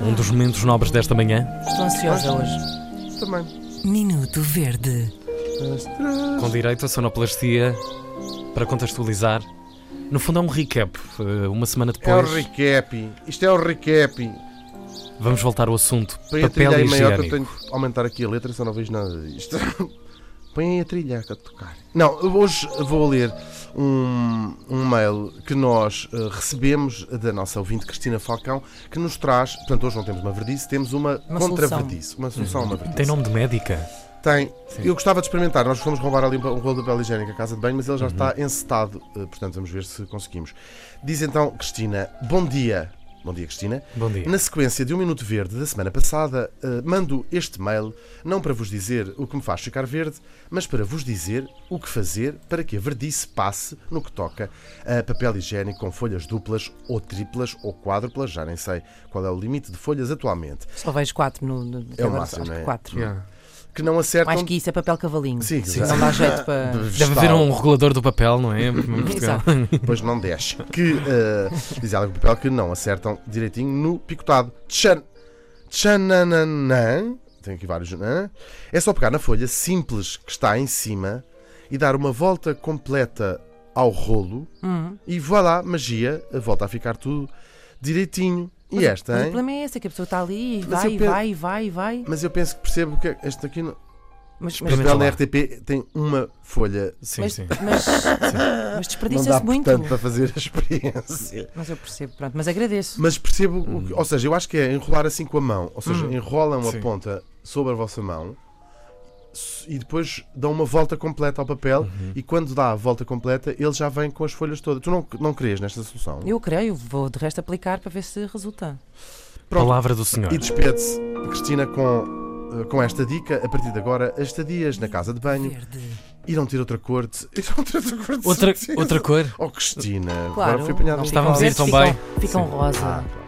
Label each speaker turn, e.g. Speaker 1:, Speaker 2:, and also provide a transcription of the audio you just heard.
Speaker 1: Um dos momentos nobres desta manhã.
Speaker 2: Estou ansiosa hoje.
Speaker 3: Também.
Speaker 4: Minuto Verde.
Speaker 1: com direito à sonoplastia para contextualizar. No fundo é um recap. Eh, Uma semana
Speaker 3: É o
Speaker 1: depois
Speaker 3: recap. Isto é o recap.
Speaker 1: vamos voltar ao assunto.
Speaker 3: Põe a
Speaker 1: papel
Speaker 3: trilha aí maior que eu
Speaker 1: higiênico.
Speaker 3: tenho que aumentar aqui a letra, senão não vejo nada disto. Põe aí a trilha a tocar. Não, eu hoje vou ler um, um mail que nós eh, recebemos da nossa ouvinte Cristina Falcão, que nos traz. Portanto, hoje não temos uma verdice, temos uma,
Speaker 2: Uma
Speaker 3: contraverdice. Uma solução, a uma verdice.
Speaker 1: Uhum. Tem nome de médica?
Speaker 3: Tem.
Speaker 1: Sim.
Speaker 3: Eu gostava de experimentar. Nós fomos roubar ali um pa- um rolo de papel higiênico à casa de banho, mas ele
Speaker 1: Uhum.
Speaker 3: já está encetado. eh, Portanto, vamos ver se conseguimos. Diz então Cristina: Bom dia. Bom dia, Cristina.
Speaker 1: Bom dia.
Speaker 3: Na sequência de um minuto verde da semana passada, eh, mando este mail não para vos dizer o que me faz ficar verde, mas para vos dizer o que fazer para que a verdice passe no que toca a papel higiênico com folhas duplas ou triplas ou quádruplas, já nem sei qual é o limite de folhas atualmente,
Speaker 2: Só vejo quatro no. no
Speaker 3: É o
Speaker 2: acho
Speaker 3: máximo,
Speaker 2: que
Speaker 3: não é?
Speaker 2: Quatro.
Speaker 3: que não acertam.
Speaker 2: Mais que isso é papel cavalinho.
Speaker 3: Sim,
Speaker 2: Não dá jeito para.
Speaker 1: Deve haver um regulador do papel, não é? Em Portugal.
Speaker 2: Exato.
Speaker 3: Depois não desce. Que eh, diz ela no papel que não acertam direitinho no picotado. Tchan. Tchanananã. Tem aqui vários. nã. É só pegar na folha simples que está em cima e dar uma volta completa ao rolo
Speaker 2: Hum.
Speaker 3: e voilá, magia, volta a ficar tudo direitinho. E esta,
Speaker 2: Mas o
Speaker 3: hein?
Speaker 2: problema é esse, é que a pessoa está ali e
Speaker 3: Mas
Speaker 2: vai,
Speaker 3: eu
Speaker 2: e
Speaker 3: penso-
Speaker 2: vai, e vai, e vai.
Speaker 3: Mas eu penso que percebo que este aqui, no-
Speaker 2: Mas, mas,
Speaker 3: este
Speaker 1: Experimenta
Speaker 3: papel na
Speaker 1: lá.
Speaker 3: RTP tem uma folha.
Speaker 1: Sim,
Speaker 2: mas,
Speaker 1: sim.
Speaker 2: mas- mas
Speaker 3: Não dá,
Speaker 2: desperdiça-se muito.
Speaker 3: portanto, para fazer a experiência.
Speaker 2: Mas eu percebo, pronto. Mas agradeço.
Speaker 3: Mas percebo, o que- ou seja, eu acho que é enrolar assim com a mão. Ou seja, enrolam
Speaker 1: Sim.
Speaker 3: a ponta sobre a vossa mão s- e depois dão uma volta completa ao papel.
Speaker 1: Hum. Uhum.
Speaker 3: E quando dá a volta completa, ele já vem com as folhas todas. Tu não, não crês nesta solução?
Speaker 2: Eu creio, vou de resto aplicar para ver se resulta.
Speaker 1: Palavra do Senhor.
Speaker 3: E despede-se Cristina com, eh, com esta dica. A partir de agora, as estadias na casa de banho
Speaker 4: Verde.
Speaker 3: irão ter outra cor. De... Irão ter outra cor de
Speaker 1: Outra,
Speaker 3: certeza.
Speaker 1: outra cor?
Speaker 3: Oh, Cristina,
Speaker 2: Claro.
Speaker 3: agora um foi apanhada
Speaker 2: não
Speaker 3: no
Speaker 1: Estávamos a ir
Speaker 2: ficam
Speaker 1: tão
Speaker 2: verdes, Ficam, ficam rosa.
Speaker 3: Ah, pá.